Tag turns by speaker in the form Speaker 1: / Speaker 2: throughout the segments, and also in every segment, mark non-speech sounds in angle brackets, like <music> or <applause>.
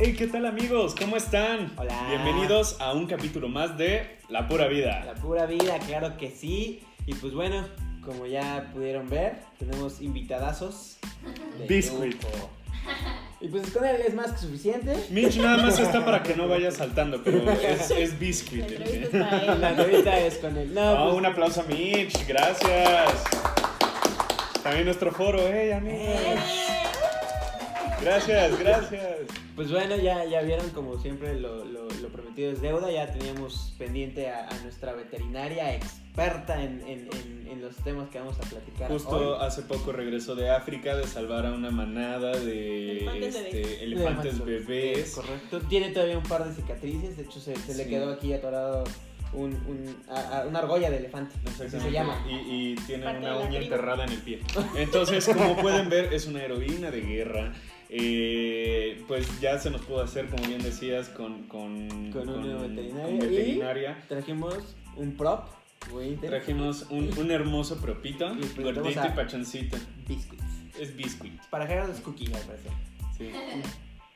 Speaker 1: Hey, ¿qué tal amigos? ¿Cómo están?
Speaker 2: Hola.
Speaker 1: Bienvenidos a un capítulo más de La Pura Vida.
Speaker 2: La pura vida, claro que sí. Y pues bueno, como ya pudieron ver, tenemos invitadazos. de
Speaker 1: Biscuit.
Speaker 2: lujo. Y pues con él es más que suficiente.
Speaker 1: Mitch nada más está para que no vaya saltando, pero es, es Biscuit. el que-
Speaker 2: <laughs> La entrevista es con él. No,
Speaker 1: Ah,
Speaker 2: pues,
Speaker 1: un aplauso a Mitch, gracias. También nuestro foro, hey amigos. Gracias, gracias.
Speaker 2: pues bueno, ya, ya vieron como siempre lo, lo- lo prometido es deuda. Ya teníamos pendiente a, a nuestra veterinaria experta en, en- en- en los temas que vamos a platicar.
Speaker 1: Justo
Speaker 2: hoy.
Speaker 1: hace poco regresó de África de salvar a una manada de
Speaker 3: Elefantes
Speaker 1: este,
Speaker 3: bebés.
Speaker 1: elefantes
Speaker 2: Elefantes
Speaker 1: bebés.
Speaker 2: Correcto. Tiene todavía un par de cicatrices. De hecho, se, se le
Speaker 1: Sí.
Speaker 2: quedó aquí atorado un, un- a- a- una argolla de elefante. Así se llama.
Speaker 1: Y, y tiene
Speaker 3: Parte
Speaker 1: una
Speaker 3: de la
Speaker 1: uña
Speaker 3: tribu.
Speaker 1: enterrada en el pie. Entonces, como pueden ver, es una heroína de guerra. Eh, pues ya se nos pudo hacer, como bien decías, con, con,
Speaker 2: Con una veterinaria.
Speaker 1: con veterinaria.
Speaker 2: Trajimos un prop. Muy interesante.
Speaker 1: Trajimos un, un hermoso propito,
Speaker 2: Y presentamos
Speaker 1: gordito y
Speaker 2: a-
Speaker 1: pachoncito.
Speaker 2: Biscuits.
Speaker 1: Es biscuit.
Speaker 2: Para Harold's Cookie, al parecer.
Speaker 1: Sí.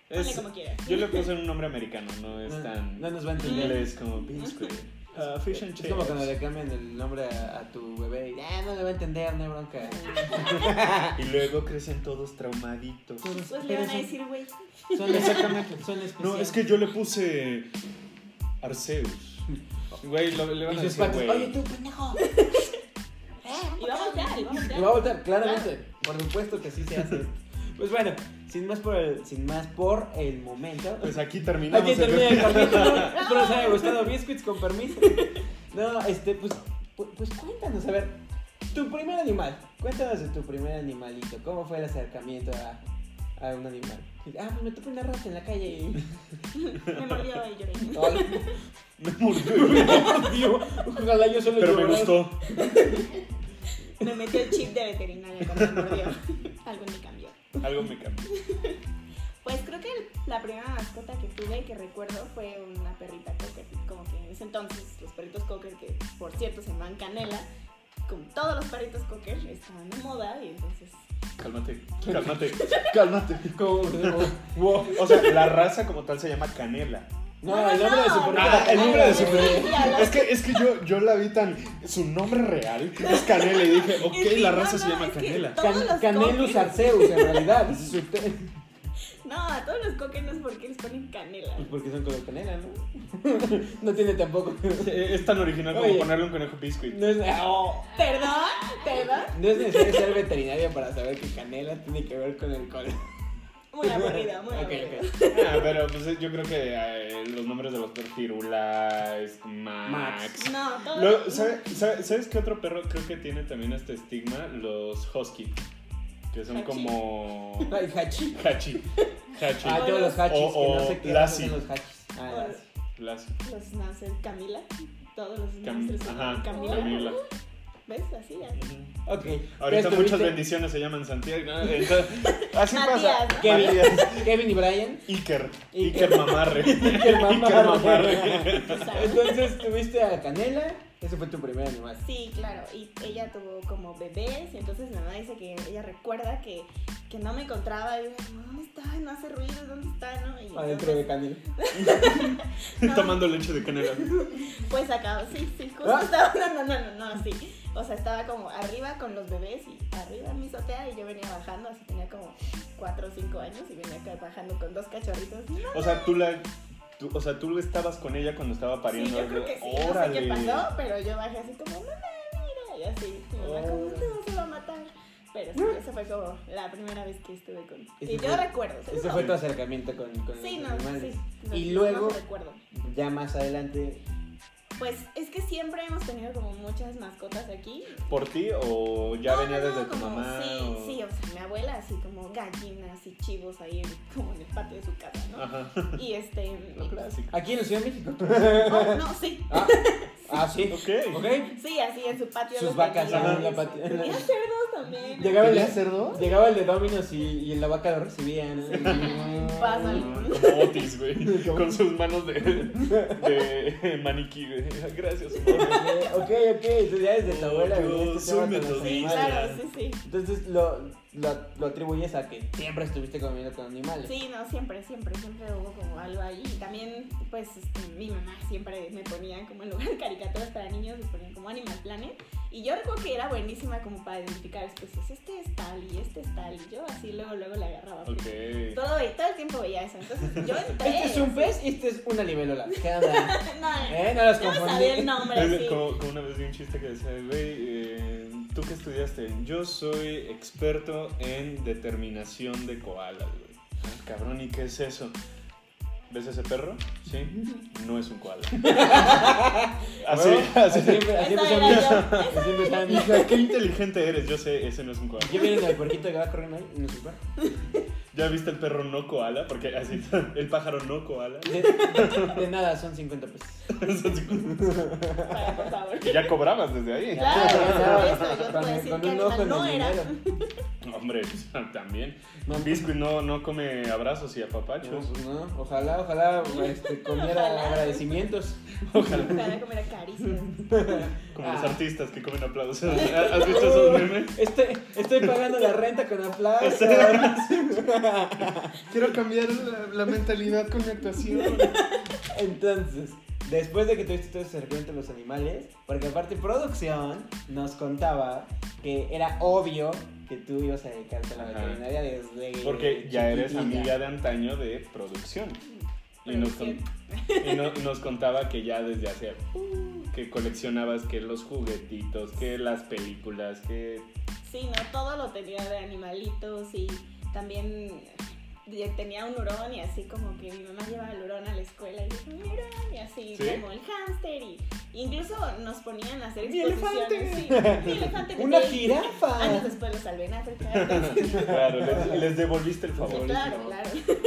Speaker 3: Ponle
Speaker 1: Es-
Speaker 3: como quieras.
Speaker 1: yo le puse un nombre americano, no es tan.
Speaker 2: No nos va a entender.
Speaker 1: inglés como biscuit. Ah, fish and
Speaker 2: Es como cuando
Speaker 1: chips.
Speaker 2: le cambian el nombre a, a tu bebé y ah, no le va a entender, no hay bronca.
Speaker 1: Y luego crecen todos traumaditos.
Speaker 3: Pues le van a decir, güey.
Speaker 2: Son exactamente, son especiales.
Speaker 1: No, es que yo le puse Arceus. Güey, lo- le van
Speaker 2: Y
Speaker 1: a
Speaker 2: sus
Speaker 1: decir,
Speaker 2: patas, oye
Speaker 1: güey.
Speaker 2: tú, pendejo.
Speaker 3: <laughs>
Speaker 2: Eh,
Speaker 3: Y va a voltear, y va
Speaker 2: Y va
Speaker 3: a
Speaker 2: a
Speaker 3: voltear.
Speaker 2: voltar, claramente. Por supuesto que así
Speaker 1: <laughs>
Speaker 2: se hace. Pues bueno, sin más por el, sin más por el momento.
Speaker 1: <laughs> Pues aquí
Speaker 2: Aquí
Speaker 1: terminamos.
Speaker 2: termina el capítulo. Espero les haya gustado Biscuits, con permiso. No, este, pues, pu- pues cuéntanos, a ver, tu primer animal. Cuéntanos de tu primer animalito. ¿Cómo fue el acercamiento a, a un animal? Ah, pues me topé una rata en la calle y...
Speaker 3: Me mordió y lloré.
Speaker 2: Ay,
Speaker 1: <laughs> Me mordió, güey,
Speaker 2: Dios, ojalá yo solo
Speaker 1: Pero me
Speaker 2: llorara.
Speaker 1: gustó.
Speaker 3: Me metió el chip de veterinaria cuando me mordió. <laughs> Algo me cambió.
Speaker 1: Algo me cambió.
Speaker 3: Pues creo que el- la primera mascota que tuve que recuerdo fue una perrita cocker. Como que en ese entonces los perritos cocker, que por cierto se llaman canela, como todos los perritos cocker, estaban de moda y entonces...
Speaker 1: Cálmate, cálmate, cálmate.
Speaker 2: Como-
Speaker 1: <laughs>
Speaker 2: como- wow.
Speaker 1: O sea, la raza como tal se llama Canela.
Speaker 2: No, el nombre de su perrito.
Speaker 1: Ah, el nombre de su
Speaker 3: perrito.
Speaker 1: Es que, es que yo, yo la vi tan. Su nombre <laughs> real es Canela y dije,
Speaker 3: Es
Speaker 1: ok,
Speaker 3: que
Speaker 1: la
Speaker 3: no,
Speaker 1: raza
Speaker 3: no,
Speaker 1: se llama
Speaker 3: es que
Speaker 1: Canela.
Speaker 3: todos los
Speaker 2: Canelus
Speaker 3: cocker-
Speaker 2: Arceus, en
Speaker 3: <laughs>
Speaker 2: realidad. ese es su te-
Speaker 3: No, a todos los cocker no es porque les ponen canela.
Speaker 2: Pues porque son color canela, ¿no? <laughs> No tiene tampoco.
Speaker 1: Eh, Es tan original como
Speaker 2: Oye.
Speaker 1: ponerle un conejo biscuit.
Speaker 2: No es, oh,
Speaker 3: Perdón, perdón.
Speaker 2: no es necesario ser veterinaria para saber que canela tiene que ver con el color. <laughs>
Speaker 3: Muy aburrida, muy
Speaker 2: Ok,
Speaker 3: aburrida.
Speaker 2: ok.
Speaker 1: Ah, pero pues eh, yo creo que eh, los nombres de los perros Firula, es Max.
Speaker 2: Max.
Speaker 3: No, todo.
Speaker 1: Lo- ¿sabe- sabe- ¿Sabes qué otro perro creo que tiene también este estigma? Los husky. Que son
Speaker 3: Hachi. <laughs>
Speaker 1: como.
Speaker 2: Ay, hachi.
Speaker 1: Hachi. Hachi.
Speaker 2: Ah, tengo los hachis,
Speaker 1: O-
Speaker 2: que no
Speaker 1: o
Speaker 2: sé qué
Speaker 1: Lassie.
Speaker 2: son los hachis. Ah,
Speaker 3: O-
Speaker 2: Lassie.
Speaker 1: Las-
Speaker 3: Los schnauzer Camila. Todos los
Speaker 1: Cam-
Speaker 3: schnauzer son
Speaker 1: Ajá,
Speaker 3: Camila.
Speaker 1: Camila.
Speaker 3: ¿Ves? Así
Speaker 1: <laughs>
Speaker 3: ya.
Speaker 1: Ujú.
Speaker 2: Ok.
Speaker 1: Ahorita
Speaker 2: ¿Ustedes
Speaker 3: Este,
Speaker 1: muchas
Speaker 2: tuviste
Speaker 1: bendiciones se llaman Santiago. ¿no? Entonces,
Speaker 3: <laughs>
Speaker 1: así pasa.
Speaker 3: Matías, ¿no?
Speaker 2: Qué bien.
Speaker 1: Matías.
Speaker 2: Kevin y <laughs> Brian.
Speaker 1: Iker.
Speaker 2: Iker.
Speaker 1: Iker
Speaker 3: <laughs>
Speaker 1: Mamarre. Iker Mamarre.
Speaker 3: tú
Speaker 2: <laughs>
Speaker 3: sabes.
Speaker 2: Entonces tuviste a Canela. Ese fue tu primer animal.
Speaker 3: Sí, claro. Y ella tuvo como bebés. Y entonces mi mamá dice que ella recuerda que, que no me encontraba. Y yo, ¿dónde está? No hace ruido. ¿Dónde está? ¿No? Y
Speaker 2: Adentro de
Speaker 3: entonces,
Speaker 2: Canela.
Speaker 3: No.
Speaker 1: Tomando leche de canela.
Speaker 3: Pues acabó. Sí, sí. Justo
Speaker 2: ¿Ah?
Speaker 3: estaba. No, no, no, no, no. Sí. O sea, estaba como arriba con los bebés y arriba en mi azotea. Y yo venía bajando. Así tenía como 4 o 5 años. Y venía acá bajando con dos cachorritos. ¡No!
Speaker 1: O sea, tú la. tú- o sea, tú estabas con ella cuando estaba pariendo.
Speaker 3: Sí, yo creo que sí.
Speaker 1: Órale.
Speaker 3: No sé qué pasó, pero yo bajé así como, mamá, mira, y así. Mi mamá
Speaker 2: Oh.
Speaker 3: como, no, se va a matar. Pero sí, esa fue como la primera vez que estuve con...
Speaker 2: Ese
Speaker 3: Y yo
Speaker 2: fue-
Speaker 3: recuerdo. seguro.
Speaker 2: Ese fue tu acercamiento con, con
Speaker 3: Sí,
Speaker 2: los
Speaker 3: no,
Speaker 2: animales.
Speaker 3: sí. no,
Speaker 2: Y
Speaker 3: no
Speaker 2: luego-
Speaker 3: recuerdo.
Speaker 2: Ya más adelante.
Speaker 3: Pues es que siempre hemos tenido como muchas mascotas aquí.
Speaker 1: ¿Por ti o ya
Speaker 3: No,
Speaker 1: venía
Speaker 3: no, no,
Speaker 1: desde tu
Speaker 3: como-
Speaker 1: mamá?
Speaker 3: Sí,
Speaker 1: o-
Speaker 3: sí, o sea, mi abuela así como gallinas y chivos ahí en- como en el patio de su casa, ¿no?
Speaker 1: Ajá.
Speaker 3: Y este...
Speaker 1: Lo
Speaker 3: y-
Speaker 1: clásico.
Speaker 2: Aquí en Ah. la Ciudad de México.
Speaker 3: Oh, no, sí.
Speaker 2: Ah, ah sí.
Speaker 1: Ok.
Speaker 2: Ok.
Speaker 3: Sí, así en su patio.
Speaker 2: Sus
Speaker 3: los
Speaker 2: vacas,
Speaker 3: tenía,
Speaker 2: ajá,
Speaker 3: <laughs> y
Speaker 2: la
Speaker 3: su-
Speaker 2: pati-
Speaker 3: Tenía cerdos menos.
Speaker 2: Llegaba el,
Speaker 4: ¿Tenía cerdo?
Speaker 2: llegaba el de Dominos y, y la vaca lo recibía. ¿no?
Speaker 3: Pásalo.
Speaker 1: Como Otis, güey. Con sus manos de, de maniquí, güey. Gracias, amor.
Speaker 2: eh, Ok, ok, entonces ya desde tu
Speaker 1: Oh,
Speaker 2: abuela
Speaker 1: Dios,
Speaker 2: venía este tema
Speaker 1: un
Speaker 2: con los
Speaker 1: metodista.
Speaker 2: animales.
Speaker 3: Claro, sí, sí.
Speaker 2: Entonces lo, lo, lo atribuyes a que siempre estuviste comiendo con animales.
Speaker 3: Sí, no, siempre, siempre, siempre hubo como algo ahí. Y también, pues, este, mi mamá siempre me ponía como en lugar de caricaturas para niños, me ponían como Animal Planet. Y yo recuerdo que era buenísima como para identificar especies. Este es tal y este es tal. Y yo así luego, luego le agarraba.
Speaker 1: Ok.
Speaker 3: Todo, todo el tiempo veía eso.
Speaker 2: <laughs>
Speaker 3: Entonces yo entré.
Speaker 2: Este es un pez y este es una libélula. ¿Qué onda?
Speaker 3: <laughs> No,
Speaker 2: <laughs> ¿Eh? No las
Speaker 3: yo no sabía
Speaker 2: confundí.
Speaker 3: el nombre,
Speaker 1: Es
Speaker 3: sí.
Speaker 1: como, como una vez vi un chiste que decía, güey, eh, ¿tú qué estudiaste? Yo soy experto en determinación de koalas, güey. Ah, Cabrón, ¿y qué es eso? ¿Ves ese perro? Sí. No es un <laughs> koala. así,
Speaker 2: Bueno,
Speaker 1: así.
Speaker 2: siempre- así empezó <laughs>
Speaker 3: Esa era
Speaker 2: mi-
Speaker 3: yo.
Speaker 2: así empezaba mi-
Speaker 1: Hija, qué inteligente eres. Yo sé, ese no es un koala.
Speaker 2: ¿Ya vieron el puerquito que va corriendo ahí? No super.
Speaker 1: ¿Ya viste el perro no koala? Porque así, el pájaro no
Speaker 4: <laughs>
Speaker 1: koala.
Speaker 2: De, de- de nada, son 50 pesos.
Speaker 3: Para,
Speaker 2: <laughs>
Speaker 3: por favor.
Speaker 1: Que ya cobrabas desde ahí.
Speaker 3: Claro, eso, yo
Speaker 2: Con-
Speaker 3: te puedo decir
Speaker 2: con
Speaker 3: que
Speaker 2: un ojo
Speaker 3: animal
Speaker 2: en
Speaker 3: no
Speaker 2: el
Speaker 3: era.
Speaker 2: dinero.
Speaker 1: Hombre, <laughs> pues, también.
Speaker 2: No,
Speaker 1: Biscuit no, no come abrazos y
Speaker 2: no,
Speaker 1: apapachos.
Speaker 2: pues no, ojalá, ojalá
Speaker 3: <laughs>
Speaker 2: este, comiera
Speaker 3: Ojalá.
Speaker 2: agradecimientos.
Speaker 1: <laughs> Ojalá.
Speaker 3: Para comer caricias.
Speaker 1: Como
Speaker 2: Ah.
Speaker 1: los artistas que comen
Speaker 2: <laughs>
Speaker 1: aplausos. ¿Has visto esos
Speaker 4: Uh.
Speaker 1: memes?
Speaker 2: Estoy, estoy pagando la renta con
Speaker 1: <laughs>
Speaker 2: aplausos.
Speaker 4: Quiero cambiar la, la mentalidad con mi actuación.
Speaker 2: <laughs> Entonces, después de que tuviste todo ese acercamiento a los animales, porque aparte producción nos contaba que era obvio que tú ibas a dedicarte a la
Speaker 1: Ajá.
Speaker 2: veterinaria desde
Speaker 1: Porque ya eres
Speaker 2: chiquitita.
Speaker 1: amiga de antaño de producción. Y nos, con- y no- y nos contaba que ya desde hace uh, que coleccionabas que los juguetitos, que las películas, que
Speaker 3: Sí, no, todo lo tenía de animalitos y también eh, tenía un hurón y así como que mi mamá llevaba el hurón a la escuela y yo, "Mi hurón", y
Speaker 1: ¿Sí?
Speaker 3: así como el hámster y incluso nos ponían a hacer
Speaker 2: ¡Mi <laughs>
Speaker 3: exposiciones.
Speaker 2: elefante!
Speaker 3: sí, mi elefante.
Speaker 2: Una
Speaker 3: que-
Speaker 2: jirafa.
Speaker 3: Años después lo salvé en África.
Speaker 2: <laughs>
Speaker 3: entonces,
Speaker 1: claro, les, les devolviste el favor.
Speaker 3: claro, claro. <laughs>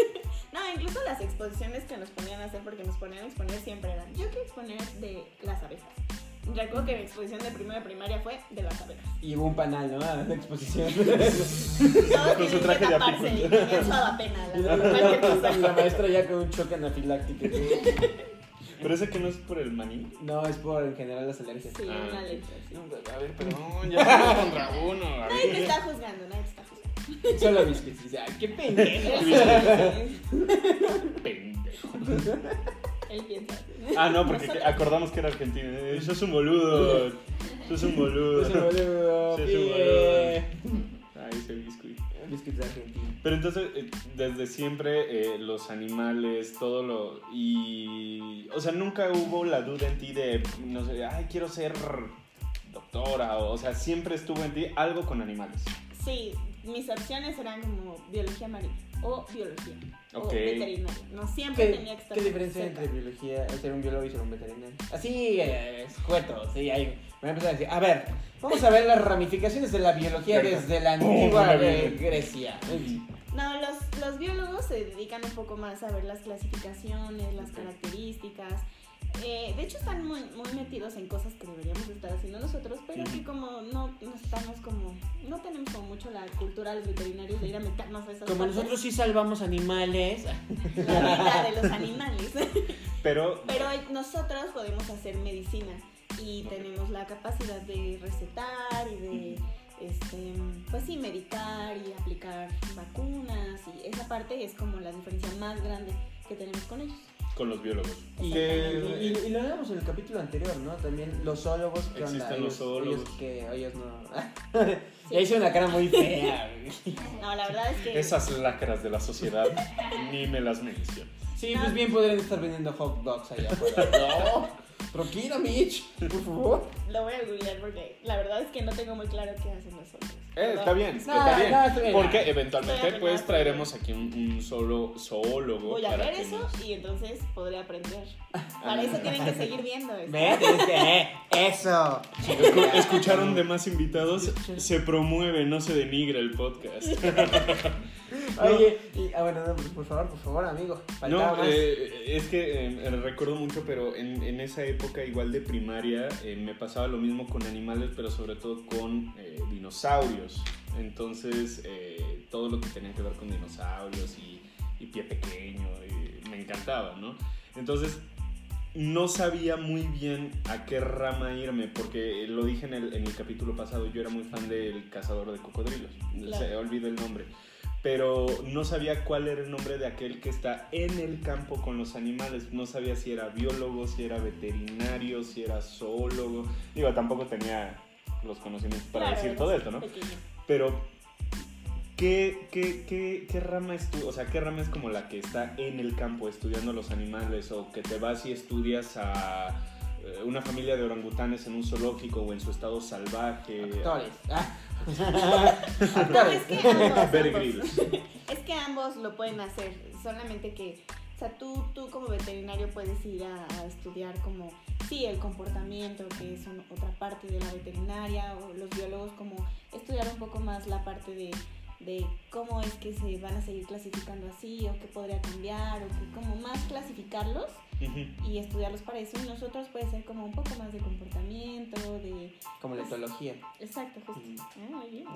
Speaker 3: No, incluso las exposiciones que nos ponían a hacer, porque nos ponían a exponer siempre eran, yo quiero exponer de las abejas. Recuerdo que mi exposición de primero de primaria fue de las abejas.
Speaker 2: Y hubo un panal, ¿no? Ah, De
Speaker 1: <laughs>
Speaker 2: exposición.
Speaker 3: Todos
Speaker 1: Con su
Speaker 3: tienen
Speaker 1: traje
Speaker 3: que
Speaker 1: de
Speaker 3: taparse y
Speaker 1: apícola.
Speaker 3: tenían su adapena,
Speaker 2: Y
Speaker 3: la
Speaker 2: la, <laughs>
Speaker 3: verdad, cualquier <laughs> cosa.
Speaker 2: y la maestra ya con un choque anafiláctico.
Speaker 1: Pero ese que no es por el maní.
Speaker 2: No, es por en general las alergias.
Speaker 3: Sí,
Speaker 1: Ah,
Speaker 3: una
Speaker 1: ok.
Speaker 3: leche. sí.
Speaker 1: A ver, perdón, ya estamos contra uno. a
Speaker 3: Nadie te
Speaker 1: ver.
Speaker 3: está juzgando, nadie te está juzgando.
Speaker 2: Solo biscuits. Dice, ¡ay, qué pendejo!
Speaker 3: Él-
Speaker 1: Pendejo.
Speaker 3: Él piensa.
Speaker 1: Ah, no, porque
Speaker 3: Nosotros-
Speaker 1: acordamos que era argentino. Eh, Sos un boludo. Sos un boludo.
Speaker 2: Es un boludo.
Speaker 1: Sí, es un
Speaker 2: pie.
Speaker 1: Ay, ese biscuit.
Speaker 2: Biscuits de Argentina.
Speaker 1: Pero entonces, eh, desde siempre, eh, los animales, todo lo. Y. O sea, nunca hubo la duda en ti de. No sé, ay, quiero ser doctora. O, o sea, siempre estuvo en ti algo con animales.
Speaker 3: Sí, mis opciones eran como biología marina o biología
Speaker 1: Ok.
Speaker 3: o veterinaria. No siempre tenía
Speaker 2: ¿Qué,
Speaker 3: que estar.
Speaker 2: ¿Qué diferencia hay
Speaker 3: cerca.
Speaker 2: entre biología, ser un biólogo y ser un veterinario? Así, eh, es cueto, sí, ahí. Me voy a empezar a decir, a ver, vamos a ver las ramificaciones de la biología
Speaker 1: Perfecto.
Speaker 2: desde la
Speaker 1: Pum,
Speaker 2: antigua
Speaker 1: la
Speaker 2: de
Speaker 1: Biblia.
Speaker 2: Grecia.
Speaker 3: No, los, los biólogos se dedican un poco más a ver las clasificaciones, las
Speaker 1: Ok.
Speaker 3: características. Eh, de hecho, están muy, muy metidos en cosas que deberíamos estar haciendo nosotros, pero
Speaker 1: Ujú.
Speaker 3: que como no, no estamos como, no tenemos como mucho la cultura de los veterinarios de ir a meternos a esas
Speaker 2: Como
Speaker 3: partes,
Speaker 2: nosotros sí salvamos animales.
Speaker 3: la vida de los animales.
Speaker 1: Pero.
Speaker 3: Pero nosotros podemos hacer medicina y
Speaker 1: Ok.
Speaker 3: tenemos la capacidad de recetar y de, este, pues sí, medicar y aplicar vacunas y esa parte es como la diferencia más grande que tenemos con ellos.
Speaker 1: Con los biólogos.
Speaker 2: Y,
Speaker 1: Que-
Speaker 2: y- y- y lo hablamos en el capítulo anterior, ¿no? También los zoólogos. ¿qué onda?
Speaker 1: Existen
Speaker 2: Ellos-
Speaker 1: los zoólogos.
Speaker 2: ellos que ellos no. <laughs> Ya hice una cara muy
Speaker 3: <laughs>
Speaker 2: fea. güey.
Speaker 3: No, la verdad es que
Speaker 1: Esas lacras de la sociedad ni me las menciono.
Speaker 2: Sí, pues bien podrían estar vendiendo hot dogs allá
Speaker 1: <laughs>
Speaker 2: afuera. No, tranquila, Mitch, por favor.
Speaker 3: lo voy a googlear porque la verdad es que no tengo muy claro qué hacen nosotros.
Speaker 1: Eh, está bien,
Speaker 2: No,
Speaker 1: está bien.
Speaker 2: no, está bien.
Speaker 1: Porque
Speaker 3: Estoy
Speaker 1: eventualmente
Speaker 3: arruinada,
Speaker 1: pues
Speaker 3: estoy
Speaker 1: traeremos aquí un, un solo zoólogo.
Speaker 3: Voy a
Speaker 1: para
Speaker 3: ver
Speaker 1: que
Speaker 3: eso
Speaker 1: nos-
Speaker 3: y entonces
Speaker 1: <laughs>
Speaker 3: podré aprender. Para eso tienen que seguir viendo esto.
Speaker 2: Ve, tienes que- eh, Eso.
Speaker 1: Escu-
Speaker 2: Mm.
Speaker 1: Escucharon demás invitados, se promueve, no se denigra el podcast.
Speaker 2: <laughs> Oye, y, ah, bueno, no, pues, por favor, por favor, amigo. Faltaba
Speaker 1: No,
Speaker 2: más.
Speaker 1: eh, es que eh, recuerdo mucho, pero en, en esa época, igual de primaria, eh, me pasaba lo mismo con animales, pero sobre todo con eh, dinosaurios. dinosaurios. Entonces, eh, todo lo que tenía que ver con dinosaurios y, y pie pequeño, eh, me encantaba, ¿no? Entonces, no sabía muy bien a qué rama irme, porque eh, lo dije en el, en el capítulo pasado, yo era muy fan del cazador de cocodrilos,
Speaker 3: Claro.
Speaker 1: se olvidó el nombre, pero no sabía cuál era el nombre de aquel que está en el campo con los animales, no sabía si era biólogo, si era veterinario, si era zoólogo, digo, tampoco tenía los conocimientos para
Speaker 3: Claro,
Speaker 1: decir
Speaker 3: eres
Speaker 1: todo esto, ¿no?
Speaker 3: pequeño.
Speaker 1: Pero, ¿qué, qué, qué, qué rama es tú? O sea, ¿qué rama es como la que está en el campo estudiando los animales? O que te vas y estudias a eh, una familia de orangutanes en un zoológico o en su estado salvaje.
Speaker 2: Actores. Ah.
Speaker 1: <laughs>
Speaker 3: No, es
Speaker 2: Actores.
Speaker 3: que ambos,
Speaker 1: Bear
Speaker 3: ambos.
Speaker 1: Grylls.
Speaker 3: Es que ambos lo pueden hacer, solamente que, o sea, tú, tú como veterinario puedes ir a, a estudiar como, sí, el comportamiento, que es un- otra parte de la veterinaria, o los biólogos como estudiar un poco más la parte de, de cómo es que se van a seguir clasificando así, o qué podría cambiar, o que, como más clasificarlos
Speaker 1: Ujú.
Speaker 3: y estudiarlos para eso. Y nosotros puede ser como un poco más de comportamiento, de...
Speaker 2: Como la etología.
Speaker 3: Exacto, justo.
Speaker 2: Mm.
Speaker 3: Ah, muy bien.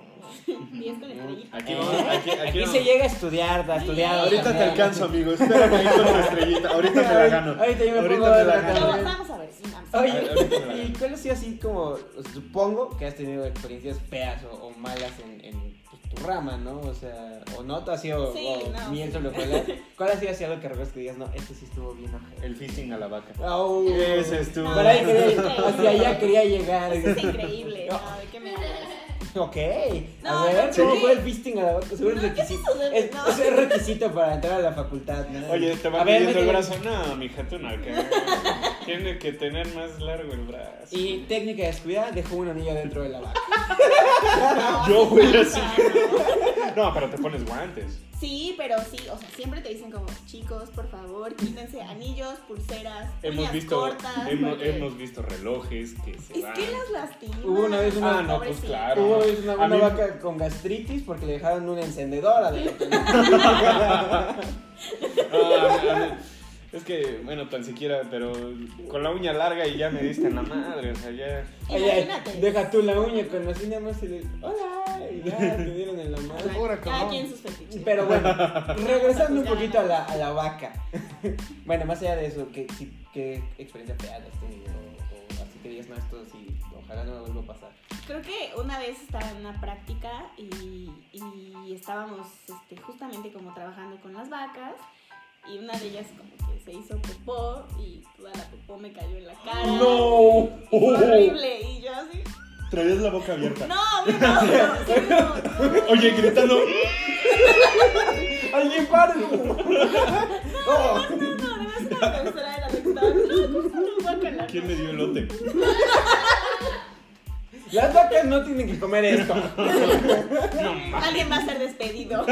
Speaker 3: Diez con el estrellita.
Speaker 1: Aquí vamos, aquí, aquí
Speaker 2: Eh, Aquí
Speaker 1: vamos.
Speaker 2: se llega a estudiar, a estudiar.
Speaker 1: Ahorita te alcanzo, amigo. Espérame ahí con tu estrellita. Ahorita te la
Speaker 2: <laughs>
Speaker 1: gano.
Speaker 2: Ahorita yo me
Speaker 1: Ahorita
Speaker 2: pongo
Speaker 1: te la
Speaker 2: otra
Speaker 1: gano.
Speaker 3: Pero
Speaker 2: carrera.
Speaker 3: vamos a ver. sí, vamos a ver.
Speaker 1: Ahorita te la
Speaker 2: Oye, ¿y
Speaker 1: gano.
Speaker 2: cuál ha sido así como, supongo que has tenido experiencias feas o, o malas en, en, pues, tu rama, ¿no? O sea, o no, tú has sido
Speaker 3: Sí,
Speaker 2: o
Speaker 3: no,
Speaker 2: miel
Speaker 3: sí.
Speaker 2: sobre hojuelas. ¿Cuál ha sido así algo que recuerdas que digas, no, esto sí estuvo bien ojete?
Speaker 1: El fisting a la vaca.
Speaker 2: Au.
Speaker 1: Oh, Ese es tu.
Speaker 3: No,
Speaker 2: Para ahí
Speaker 3: ese es
Speaker 2: quería-
Speaker 3: increíble.
Speaker 2: hacia allá quería llegar.
Speaker 3: Eso es increíble.
Speaker 2: No.
Speaker 3: No, ¿de qué me hablas?
Speaker 2: Ok,
Speaker 3: No,
Speaker 2: a ver,
Speaker 3: no,
Speaker 2: ¿cómo
Speaker 3: sí.
Speaker 2: fue el fisting a la vaca? Seguro
Speaker 3: No,
Speaker 2: es
Speaker 3: ¿qué
Speaker 2: requisito.
Speaker 3: es eso de-
Speaker 2: Es,
Speaker 3: no?
Speaker 2: es un requisito para entrar a la facultad, ¿no?
Speaker 1: Oye, te
Speaker 2: A
Speaker 1: va
Speaker 2: ver,
Speaker 1: pidiendo el
Speaker 2: métele-
Speaker 1: brazo. No, mija, tú no. que- Tiene que tener más largo el brazo.
Speaker 2: Y técnica descuidada, dejó un anillo dentro de la vaca.
Speaker 1: Yo, güey,
Speaker 3: O
Speaker 1: así.
Speaker 3: sea,
Speaker 1: No, pero te pones guantes.
Speaker 3: no. Sí, pero sí, o sea, siempre te dicen como, chicos, por favor, quítense anillos, pulseras,
Speaker 1: Hemos
Speaker 3: uñas
Speaker 1: visto,
Speaker 3: cortas.
Speaker 1: hemos,
Speaker 3: porque-
Speaker 1: hemos visto relojes que se
Speaker 3: Es
Speaker 1: van.
Speaker 3: que las lastiman.
Speaker 2: Hubo una vez una-
Speaker 1: Ah, no, pues
Speaker 3: Pobrecito.
Speaker 1: claro.
Speaker 2: Hubo una, vez una
Speaker 1: A mí-
Speaker 2: vaca con gastritis porque le dejaron un encendedor a la
Speaker 1: Ah, ah, es que, bueno, tan siquiera, pero con la uña larga y ya me diste en la madre, o sea, ya...
Speaker 2: Oye,
Speaker 3: Imagínate.
Speaker 2: deja tú la uña con así nada más y le hola, y ya te dieron en la mano.
Speaker 4: Ahora,
Speaker 3: Cada
Speaker 4: cabrón.
Speaker 3: quien sus fetiches.
Speaker 2: Pero
Speaker 1: <laughs>
Speaker 2: bueno, regresando un poquito a la, a la vaca. <laughs> Bueno, más allá de eso, ¿qué, sí- qué experiencia fea has tenido? O, o así que digas, no, esto sí, ojalá no me vuelva a pasar.
Speaker 3: Creo que una vez estaba en una práctica y, y estábamos este, justamente como trabajando con las vacas y una de ellas como que se hizo popó y toda la popó me cayó en la cara. Y fue horrible y yo así,
Speaker 1: Traías la boca abierta.
Speaker 3: no, hombre, no, no, sí, no, no".
Speaker 1: Oye, gritando...
Speaker 2: ¡Alguien pare! <laughs> Oh,
Speaker 3: No, además estaba la profesora de la lectora, no, no, no, guácala,
Speaker 1: ¿Quién
Speaker 3: no".
Speaker 1: me dio el lote?
Speaker 2: las vacas no tienen que comer esto.
Speaker 3: Alguien va a ser despedido.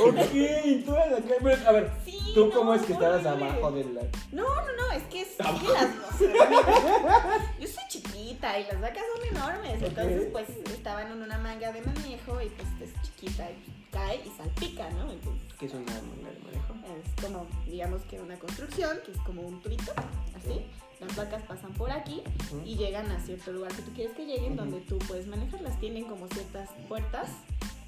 Speaker 2: Ok, toda la cámara. A ver,
Speaker 3: Sí,
Speaker 2: ¿tú
Speaker 3: no,
Speaker 2: cómo es que
Speaker 3: fue
Speaker 2: estabas
Speaker 3: horrible.
Speaker 2: abajo de la.?
Speaker 3: No, no, no, es que, es, es que las o sea, Yo soy chiquita y las vacas son enormes, entonces
Speaker 2: Ok.
Speaker 3: pues estaban en una manga de manejo y pues es chiquita y cae y salpica, ¿no? Entonces
Speaker 2: que es una manga de manejo?
Speaker 3: es como, digamos que una construcción, que es como un tubito, así. Las vacas pasan por aquí y llegan a cierto lugar que tú quieres que lleguen, donde tú puedes manejarlas. Tienen como ciertas puertas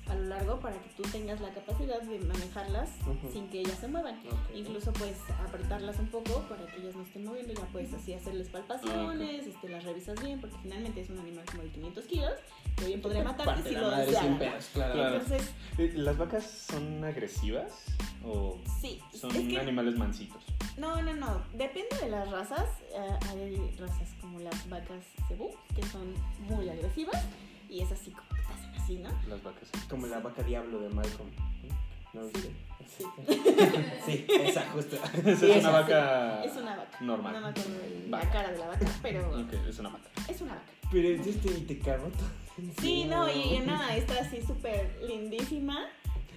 Speaker 3: a lo largo para que tú tengas la capacidad de manejarlas
Speaker 2: Ujú.
Speaker 3: sin que ellas se muevan.
Speaker 2: Ok.
Speaker 3: Incluso puedes apretarlas un poco para que ellas no estén moviendo y ya puedes así hacerles palpaciones, este, las revisas bien, porque finalmente es un animal como de 500 kilos, que bien podría matarte
Speaker 2: Parte
Speaker 3: si
Speaker 2: la
Speaker 3: lo
Speaker 2: madre sin
Speaker 3: deseara.
Speaker 2: pedos, claro.
Speaker 1: Claro.
Speaker 3: Entonces,
Speaker 1: Eh, ¿Las vacas son agresivas o
Speaker 3: sí,
Speaker 1: son
Speaker 3: es que
Speaker 1: animales mansitos?
Speaker 3: No, no, no. Depende de las razas. Eh, hay razas como las vacas cebú, que son muy agresivas. Y es así como que te hacen así, ¿no?
Speaker 1: Las vacas.
Speaker 2: Como la vaca diablo de Malcolm. ¿No lo viste?
Speaker 3: Sí.
Speaker 2: Sí, esa, justo.
Speaker 1: <laughs> Es
Speaker 2: Sí,
Speaker 1: una
Speaker 2: esa.
Speaker 1: vaca...
Speaker 3: Es una vaca.
Speaker 1: Ah, Normal.
Speaker 3: No me acuerdo de la
Speaker 1: Vaca.
Speaker 3: cara de la vaca, pero
Speaker 1: <laughs> Ok, es una vaca.
Speaker 3: es una vaca.
Speaker 2: Pero es este y te cago todo.
Speaker 3: Sí, no, y una está así súper lindísima.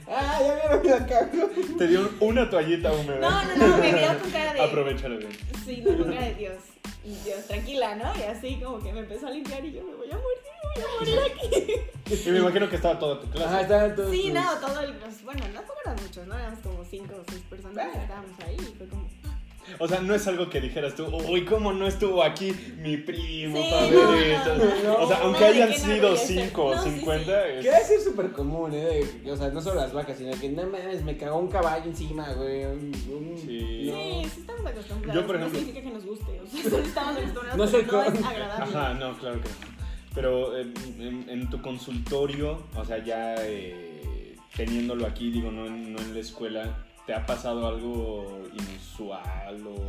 Speaker 2: Ah, ya vieron que la cago.
Speaker 1: Te dio una toallita húmeda.
Speaker 3: No, no, no, me miró con cara de.
Speaker 1: Aprovechalo bien.
Speaker 3: Sí, no, con cara de Dios. Y Dios, tranquila, ¿no? Y así como que me empezó a limpiar y yo me voy a morir, me voy a morir aquí.
Speaker 1: Y me imagino que estaba toda tu clase.
Speaker 2: Ajá, estaban todos.
Speaker 3: Sí,
Speaker 2: tus-
Speaker 3: pues, no, todo el. los- Bueno, no fueron muchos, ¿no? Éramos como cinco o seis personas
Speaker 2: Bueno.
Speaker 3: estábamos ahí y fue como.
Speaker 1: O sea, no es algo que dijeras tú, uy, ¿cómo no estuvo aquí mi primo?
Speaker 3: Sí,
Speaker 1: para
Speaker 3: no,
Speaker 1: ver
Speaker 3: no,
Speaker 1: esto?"
Speaker 2: no, no.
Speaker 1: o sea, aunque
Speaker 3: No, de
Speaker 1: hayan
Speaker 3: que no
Speaker 1: sido
Speaker 3: regresen.
Speaker 1: 5 o
Speaker 3: No, sí,
Speaker 1: 50, es-
Speaker 2: Que debe ser súper común, ¿eh? De- O sea, no solo las vacas, sino que no mames, me cagó un caballo encima, güey. un- un-
Speaker 1: Sí.
Speaker 3: Sí, sí estamos acostumbrados.
Speaker 1: Yo, por ejemplo-
Speaker 3: No significa que nos guste. O sea, <laughs> solo estamos acostumbrados.
Speaker 2: No
Speaker 3: No,
Speaker 2: soy
Speaker 3: no es
Speaker 2: con-
Speaker 3: agradable.
Speaker 1: Ajá, no, claro que no. Pero en, en- en tu consultorio, o sea, ya eh, teniéndolo aquí, digo, no en, no en la escuela, ¿te ha pasado algo inusual o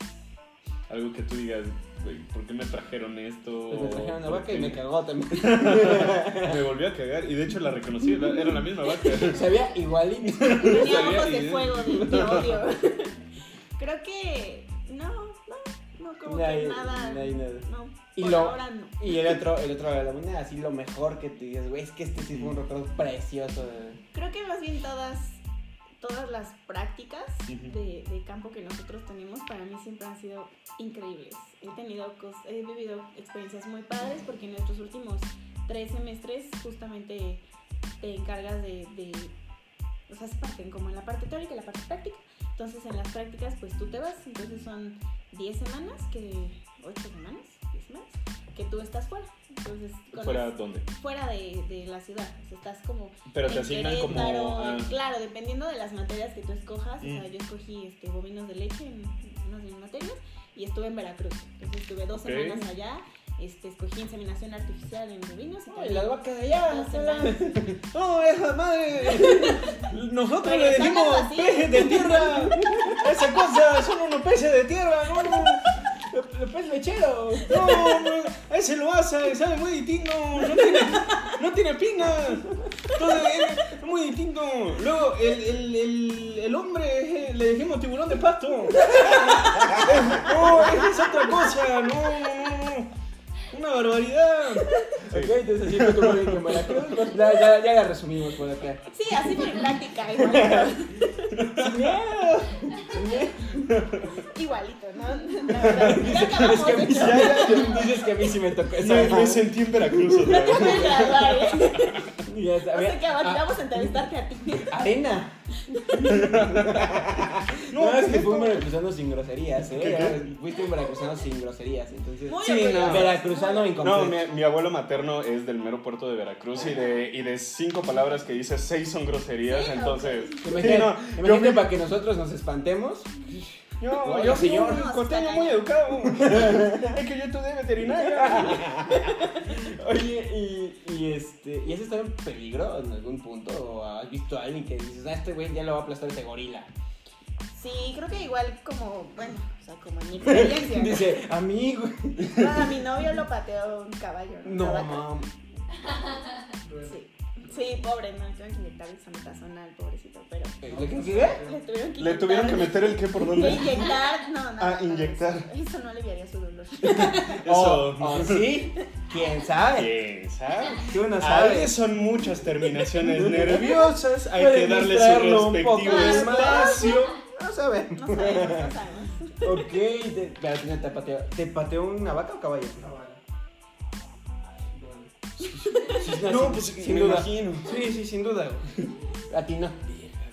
Speaker 1: ah, algo que tú digas, "Güey, ¿por qué me trajeron esto?
Speaker 2: Pues me trajeron una
Speaker 1: ¿Por
Speaker 2: vaca y
Speaker 1: qué?" <laughs>
Speaker 2: me cagó también. <laughs>
Speaker 1: Me volvió a cagar y de hecho la reconocí, la- era la misma vaca.
Speaker 2: Sabía igualito.
Speaker 3: Tenía
Speaker 1: Sabía
Speaker 3: ojos de
Speaker 1: bien.
Speaker 3: fuego,
Speaker 1: <laughs>
Speaker 3: de, de odio. Creo que. No, no, no, como
Speaker 2: No hay-
Speaker 3: que nada.
Speaker 2: no hay nada.
Speaker 3: No,
Speaker 2: Y
Speaker 3: por
Speaker 2: lo-
Speaker 3: ahora no.
Speaker 2: Y el otro, el otro de la moneda, así lo mejor que te dices, güey, es que este sí fue un
Speaker 1: Mm.
Speaker 2: recuerdo precioso. de-
Speaker 3: Creo que más bien todas, todas las prácticas
Speaker 1: Ujú.
Speaker 3: de, de campo que nosotros tenemos para mí siempre han sido increíbles. He tenido cos- he vivido experiencias muy padres porque en nuestros últimos tres semestres justamente te encargas de, de o sea, se parten como en la parte teórica y la parte práctica. Entonces en las prácticas pues tú te vas, entonces son 10 semanas, que 8 semanas, 10 semanas, que tú estás fuera. Entonces con
Speaker 1: ¿Fuera
Speaker 3: las-
Speaker 1: dónde?
Speaker 3: fuera de, de la ciudad, o sea, estás como
Speaker 1: Pero te
Speaker 3: en
Speaker 1: asignan como...
Speaker 3: Querétaro,
Speaker 1: ah,
Speaker 3: Claro, dependiendo de las materias que tú escojas. O sea,
Speaker 1: Mm.
Speaker 3: yo escogí este, bovinos de leche en unas de mis materias y estuve en Veracruz. Entonces estuve dos
Speaker 1: Ok.
Speaker 3: semanas allá. Este, escogí inseminación artificial en bovinos. y
Speaker 2: Ay,
Speaker 3: también
Speaker 2: las vacas de allá,
Speaker 3: dos
Speaker 2: hola. <laughs>
Speaker 3: semanas.
Speaker 2: ¡Oh, esa madre!
Speaker 3: <laughs>
Speaker 2: Nosotros le
Speaker 3: Regresando
Speaker 2: decimos
Speaker 3: así.
Speaker 2: peces de tierra. Esa cosa son unos peces de tierra, no, no. Los peces lecheros. No, no. Ese lo hace, sabe muy distinto. No tiene, no tiene espinas. Todo es muy distinto. Luego, el, el, el, el hombre eh, le dijimos tiburón de pasto. <laughs> No, esa es otra cosa. No, no, no. Una barbaridad.
Speaker 1: Sí.
Speaker 2: Ok, entonces así fue como de que Veracruz. Ya, ya, ya la resumimos por acá.
Speaker 3: Sí, así fue en práctica, igualito.
Speaker 2: ¡Miedo!
Speaker 3: igualito, ¿no? <laughs> La
Speaker 2: <laughs>
Speaker 3: verdad, ya acabamos,
Speaker 2: <laughs> Es que a mí,
Speaker 3: de hecho.
Speaker 2: ya, ya, dices que a mí sí me tocó esa.
Speaker 1: me, me sentí en Veracruz otra
Speaker 3: No te
Speaker 1: vez.
Speaker 3: puedes graduar,
Speaker 2: <laughs>
Speaker 3: ¿eh?
Speaker 2: Ya está,
Speaker 3: <laughs> O sea
Speaker 2: había-
Speaker 3: que ahora
Speaker 2: ah,
Speaker 3: vamos a entrevistarte a ti.
Speaker 2: <laughs> arena.
Speaker 1: <laughs> No,
Speaker 2: No, es
Speaker 1: ¿qué
Speaker 2: que
Speaker 1: es
Speaker 2: fue un
Speaker 1: esto?
Speaker 2: veracruzano sin groserías,
Speaker 1: ¿Qué,
Speaker 2: ¿eh?
Speaker 1: qué?
Speaker 2: Fuiste un veracruzano sin groserías, entonces.
Speaker 3: Muy
Speaker 2: Sí,
Speaker 3: orgulloso.
Speaker 2: no, Veracruzano
Speaker 1: No,
Speaker 2: incompleto.
Speaker 1: mi, mi abuelo materno es del mero puerto de Veracruz y de, y de cinco palabras que dice, seis son groserías,
Speaker 3: Sí, no. pues,
Speaker 1: entonces...
Speaker 2: Imagínate,
Speaker 1: Sí, no,
Speaker 2: imagínate
Speaker 1: yo fui-
Speaker 2: para que nosotros nos espantemos.
Speaker 1: Yo,
Speaker 2: Hola,
Speaker 1: yo soy
Speaker 2: señor.
Speaker 1: un costeño muy
Speaker 3: <laughs>
Speaker 1: educado. es que yo estudié veterinaria.
Speaker 2: Oye, y, y este. ¿Y has estado en peligro en algún punto? ¿O has visto a alguien que dices, ah, este güey ya lo va a aplastar ese gorila?
Speaker 3: Sí, creo que igual como, bueno, o sea, como en mi experiencia.
Speaker 2: <laughs>
Speaker 3: ¿no?
Speaker 2: Dice, amigo.
Speaker 3: Bueno, a mi novio lo pateó un caballo. ¿no?
Speaker 2: No,
Speaker 3: Una vaca.
Speaker 2: mam.
Speaker 3: Sí. Sí, pobre, no, le tuvieron que inyectar dexametasona al pobrecito, pero
Speaker 2: ¿Le consigue?
Speaker 3: le tuvieron que
Speaker 1: Le tuvieron que meter el qué por
Speaker 3: Le
Speaker 1: dónde.
Speaker 3: inyectar, no, no.
Speaker 1: Ah,
Speaker 3: no, no,
Speaker 1: inyectar.
Speaker 3: Eso, eso no aliviaría su dolor.
Speaker 1: Eso.
Speaker 2: ¿O, o sí? ¿Quién sabe?
Speaker 1: ¿Quién sabe?
Speaker 2: Tú no
Speaker 1: Ahí
Speaker 2: sabes.
Speaker 1: son Ah, muchas terminaciones
Speaker 2: <laughs>
Speaker 1: nerviosas, hay que
Speaker 2: Pueden
Speaker 1: darle su
Speaker 2: distraerlo un
Speaker 1: respectivo
Speaker 2: poco.
Speaker 1: espacio.
Speaker 2: No sabes.
Speaker 3: No sabemos, no sabemos.
Speaker 2: Ok, te, pero a ti no te pateó. ¿Te pateó una vaca o caballo? Sí,
Speaker 1: No, pues
Speaker 2: sin
Speaker 1: me
Speaker 2: duda.
Speaker 1: imagino.
Speaker 2: Sí, sí, sin duda. A ti <laughs> no.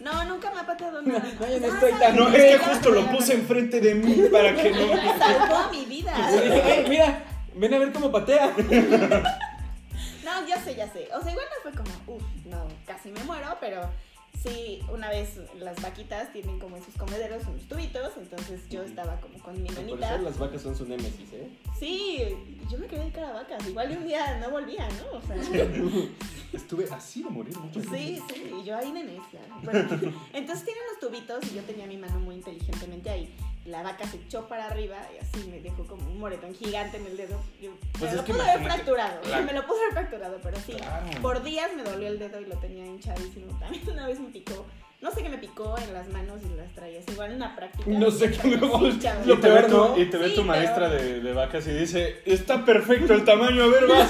Speaker 3: No, nunca me ha pateado nada. Ah,
Speaker 2: No, yo no estoy tan-
Speaker 1: No, es que justo lo puse enfrente de mí para que no.
Speaker 3: Salvó mi vida.
Speaker 2: Le dije, hey, mira, ven a ver cómo patea.
Speaker 3: No, ya sé, ya sé. O sea, igual no fue como, uff, no, casi me muero, pero sí, una vez las vaquitas tienen como en sus comederos unos tubitos, entonces yo estaba como con mi
Speaker 2: Por
Speaker 3: nanita.
Speaker 2: eso las vacas son su némesis, ¿eh?
Speaker 3: Sí, yo me quería dedicar a vacas. Igual y un día no volvía, ¿no? O sea,
Speaker 2: <laughs>
Speaker 1: Estuve así de morir mucho.
Speaker 3: sí, sí, y yo ahí de necia. Bueno, entonces tienen los tubitos y yo tenía mi mano muy inteligentemente ahí. La vaca se echó para arriba y así me dejó como un moretón gigante en el dedo. Yo-
Speaker 1: Pues
Speaker 3: me
Speaker 1: es
Speaker 3: lo
Speaker 1: que
Speaker 3: pudo haber
Speaker 1: imagínate,
Speaker 3: fracturado, <laughs>
Speaker 1: la-
Speaker 3: me lo pudo haber fracturado, pero sí.
Speaker 1: Claro.
Speaker 3: Por días me dolió el dedo y lo tenía hinchadísimo. También una vez me picó. No sé qué me picó en las manos y las traías. Igual en una práctica.
Speaker 2: No sé qué me
Speaker 3: Sí, hinchado.
Speaker 1: Y
Speaker 2: Lo
Speaker 1: te, ve
Speaker 2: peor,
Speaker 1: tu,
Speaker 2: ¿no?
Speaker 1: y te ve
Speaker 3: Sí,
Speaker 1: tu
Speaker 3: pero-
Speaker 1: maestra de, de vacas y dice, está perfecto el tamaño, a ver, vas.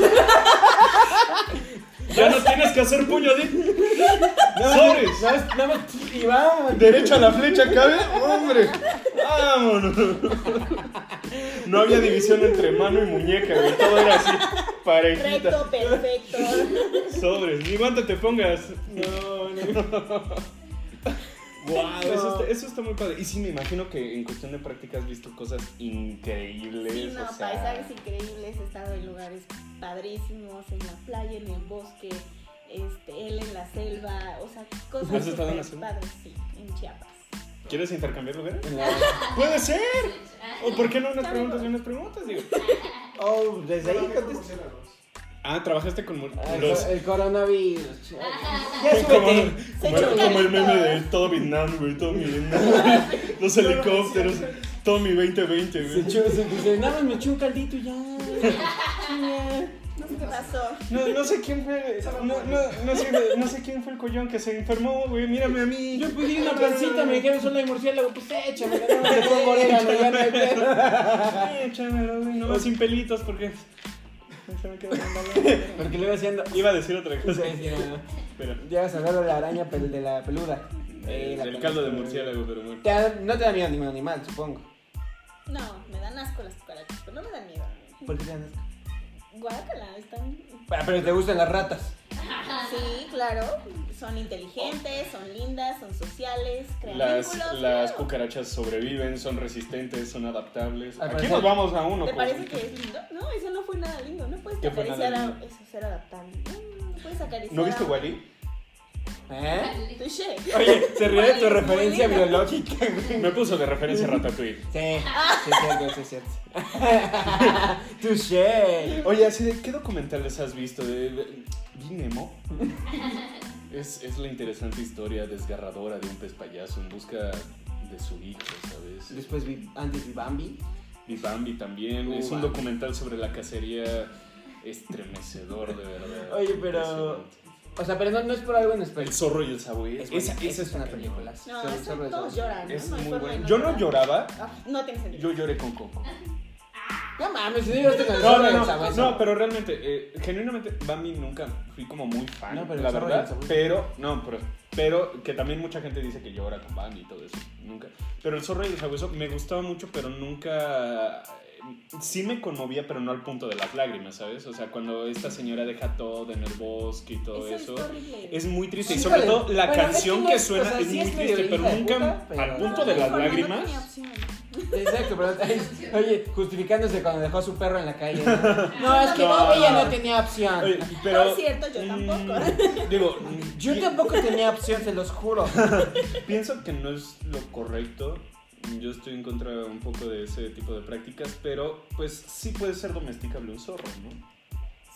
Speaker 1: ya no tienes que hacer puño de Sobres.
Speaker 2: Nada más- nada más- y vamos.
Speaker 1: derecho a la flecha, cabe. Hombre, vámonos. No había división entre mano y muñeca, güey. Todo era así, parejita.
Speaker 3: Recto, perfecto.
Speaker 1: Sobres, ni cuánto te pongas.
Speaker 2: No, no.
Speaker 1: Wow, eso,
Speaker 2: No.
Speaker 1: está, eso está muy padre. Y sí, me imagino que en cuestión de práctica has visto cosas increíbles.
Speaker 3: Sí, no,
Speaker 1: o sea,
Speaker 3: paisajes increíbles, he estado en lugares padrísimos, en la playa, en el bosque, este, él en la selva, o sea, cosas
Speaker 1: ¿Has estado en la
Speaker 3: súper
Speaker 1: selva?
Speaker 3: padres, sí, en Chiapas.
Speaker 1: ¿Quieres intercambiar lugares?
Speaker 2: En la-
Speaker 1: ¡Puede ser! ¿O por qué no unas
Speaker 3: Ya
Speaker 1: preguntas y
Speaker 3: me
Speaker 1: unas preguntas? Digo.
Speaker 2: Oh, desde ahí
Speaker 4: Trabajé con
Speaker 2: contesté.
Speaker 4: murciélagos.
Speaker 1: Ah, trabajaste con mur-
Speaker 2: Ah,
Speaker 1: los-
Speaker 2: El coronavirus. Ya súbete.
Speaker 1: Como,
Speaker 3: Se
Speaker 1: como- como el meme
Speaker 3: chocaron
Speaker 1: de todo Vietnam, güey, todo mi Vietnam, los helicópteros, todo mi 2020,
Speaker 2: Se
Speaker 1: güey.
Speaker 2: echó- se- se- nada más me echó un caldito y ya. <laughs>
Speaker 3: Chinga, No sé qué pasó.
Speaker 1: No, no sé quién fue, no, no- no sé, no sé quién fue el collón que se enfermó, güey, mírame a mí.
Speaker 2: Yo pedí una pancita, me dijeron solo de murciélago, pues échame, <laughs> no me pongo orégano, ya no hay pedo.
Speaker 1: Ay, échamelo, güey, nomás sin pelitos porque se me quedó mandando.
Speaker 2: Porque luego haciendo.
Speaker 1: Iba a decir otra cosa,
Speaker 2: Ya
Speaker 1: pero
Speaker 2: vas a hablar de la araña pel- de la peluda. Eh,
Speaker 1: eh,
Speaker 2: la
Speaker 1: el
Speaker 2: peluda.
Speaker 1: caldo de murciélago, pero bueno.
Speaker 2: Te da- no te da miedo ningún animal, supongo.
Speaker 3: No, me dan asco las cucarachas, pero no me dan miedo.
Speaker 2: ¿Por qué te dan asco?
Speaker 3: Guácala, están...
Speaker 2: Ah, Pero te gustan las ratas.
Speaker 3: Sí, claro, son inteligentes, son lindas, son sociales, crean
Speaker 1: Las,
Speaker 3: vínculos,
Speaker 1: las
Speaker 3: claro.
Speaker 1: cucarachas sobreviven, son resistentes, son adaptables.
Speaker 2: Al
Speaker 1: Aquí
Speaker 2: parecer-
Speaker 1: nos vamos a uno.
Speaker 3: ¿Te
Speaker 1: con-
Speaker 3: parece que es lindo? No, eso no fue nada lindo. No puedes
Speaker 1: ¿Qué fue nada
Speaker 3: acariciar a
Speaker 1: lindo?
Speaker 3: eso, ser adaptable. No, no puedes acariciar
Speaker 1: ¿No viste
Speaker 3: a-
Speaker 1: Wally?
Speaker 2: ¿Eh? <laughs>
Speaker 3: Touché.
Speaker 2: Oye, se rió de tu
Speaker 3: Muy
Speaker 2: referencia
Speaker 3: linda.
Speaker 2: biológica, güey.
Speaker 1: Me puso de referencia Ratatouille.
Speaker 2: Sí, sí es cierto, sí es cierto. <laughs> Touché.
Speaker 1: Oye, así de qué documentales has visto de, de- ¿Vi Nemo? es, es la interesante historia desgarradora de un pez payaso en busca de su bicho, ¿sabes?
Speaker 2: Después vi, antes vi Bambi.
Speaker 1: Vi Bambi también, es un
Speaker 2: Bambi.
Speaker 1: documental sobre la cacería estremecedor, de verdad.
Speaker 2: Oye, pero-
Speaker 1: Impresionante.
Speaker 2: O sea, pero no, no es por algo en
Speaker 1: El
Speaker 2: especial.
Speaker 1: zorro y el sabuey.
Speaker 2: Es,
Speaker 1: Esa,
Speaker 2: buena,
Speaker 1: esa
Speaker 2: es una película.
Speaker 3: No,
Speaker 2: Sobre-
Speaker 3: eso
Speaker 2: sobre
Speaker 3: todos
Speaker 2: eso.
Speaker 3: lloran.
Speaker 1: Es
Speaker 3: ¿no? No hay
Speaker 1: muy
Speaker 3: forma de
Speaker 1: buena.
Speaker 3: no
Speaker 1: Yo no
Speaker 3: llorar.
Speaker 1: lloraba,
Speaker 3: Ah, no tiene sentido.
Speaker 1: yo lloré con Coco.
Speaker 2: No mames, si este no lloraste con el
Speaker 1: No,
Speaker 2: zorro
Speaker 1: no,
Speaker 2: y el
Speaker 1: no,
Speaker 2: sabueso.
Speaker 1: no, pero realmente, eh, genuinamente, Bambi nunca fui como muy fan,
Speaker 2: No, pero
Speaker 1: la
Speaker 2: el zorro y el
Speaker 1: verdad.
Speaker 2: sabueso.
Speaker 1: Pero, no, pero, pero que también mucha gente dice que llora con Bambi y todo eso, nunca. Pero el zorro y el sabueso me gustaba mucho, pero nunca... eh, Sí me conmovía, pero no al punto de las lágrimas, ¿sabes? O sea, cuando esta señora deja todo en el bosque y todo
Speaker 3: Eso es
Speaker 1: eso.
Speaker 3: horrible.
Speaker 1: Es muy triste y
Speaker 2: Sí,
Speaker 1: sobre
Speaker 2: híjole.
Speaker 1: todo la
Speaker 2: Bueno,
Speaker 1: canción
Speaker 2: es que
Speaker 1: que,
Speaker 2: no es- o
Speaker 1: suena
Speaker 2: sea,
Speaker 1: es
Speaker 2: sí
Speaker 1: muy
Speaker 2: es medio
Speaker 1: triste, pero
Speaker 2: hija de
Speaker 1: nunca
Speaker 2: puta, pero-
Speaker 1: al
Speaker 3: No,
Speaker 1: punto
Speaker 3: no
Speaker 1: de
Speaker 3: hay
Speaker 1: las
Speaker 3: forma, no
Speaker 1: lágrimas.
Speaker 3: tenía opción.
Speaker 2: Exacto, pero oye, justificándose cuando dejó a su perro en la calle.
Speaker 1: <laughs>
Speaker 2: No, No, es que
Speaker 1: No.
Speaker 2: no, ella no tenía opción.
Speaker 1: Oye, pero,
Speaker 3: Por cierto, yo tampoco.
Speaker 1: mm,
Speaker 2: <laughs>
Speaker 1: digo,
Speaker 2: Yo
Speaker 1: y-
Speaker 2: tampoco tenía opción, se los juro.
Speaker 1: Pienso que no es lo correcto. Yo estoy en contra un poco de ese tipo de prácticas, pero pues sí puede ser domesticable un zorro, ¿no?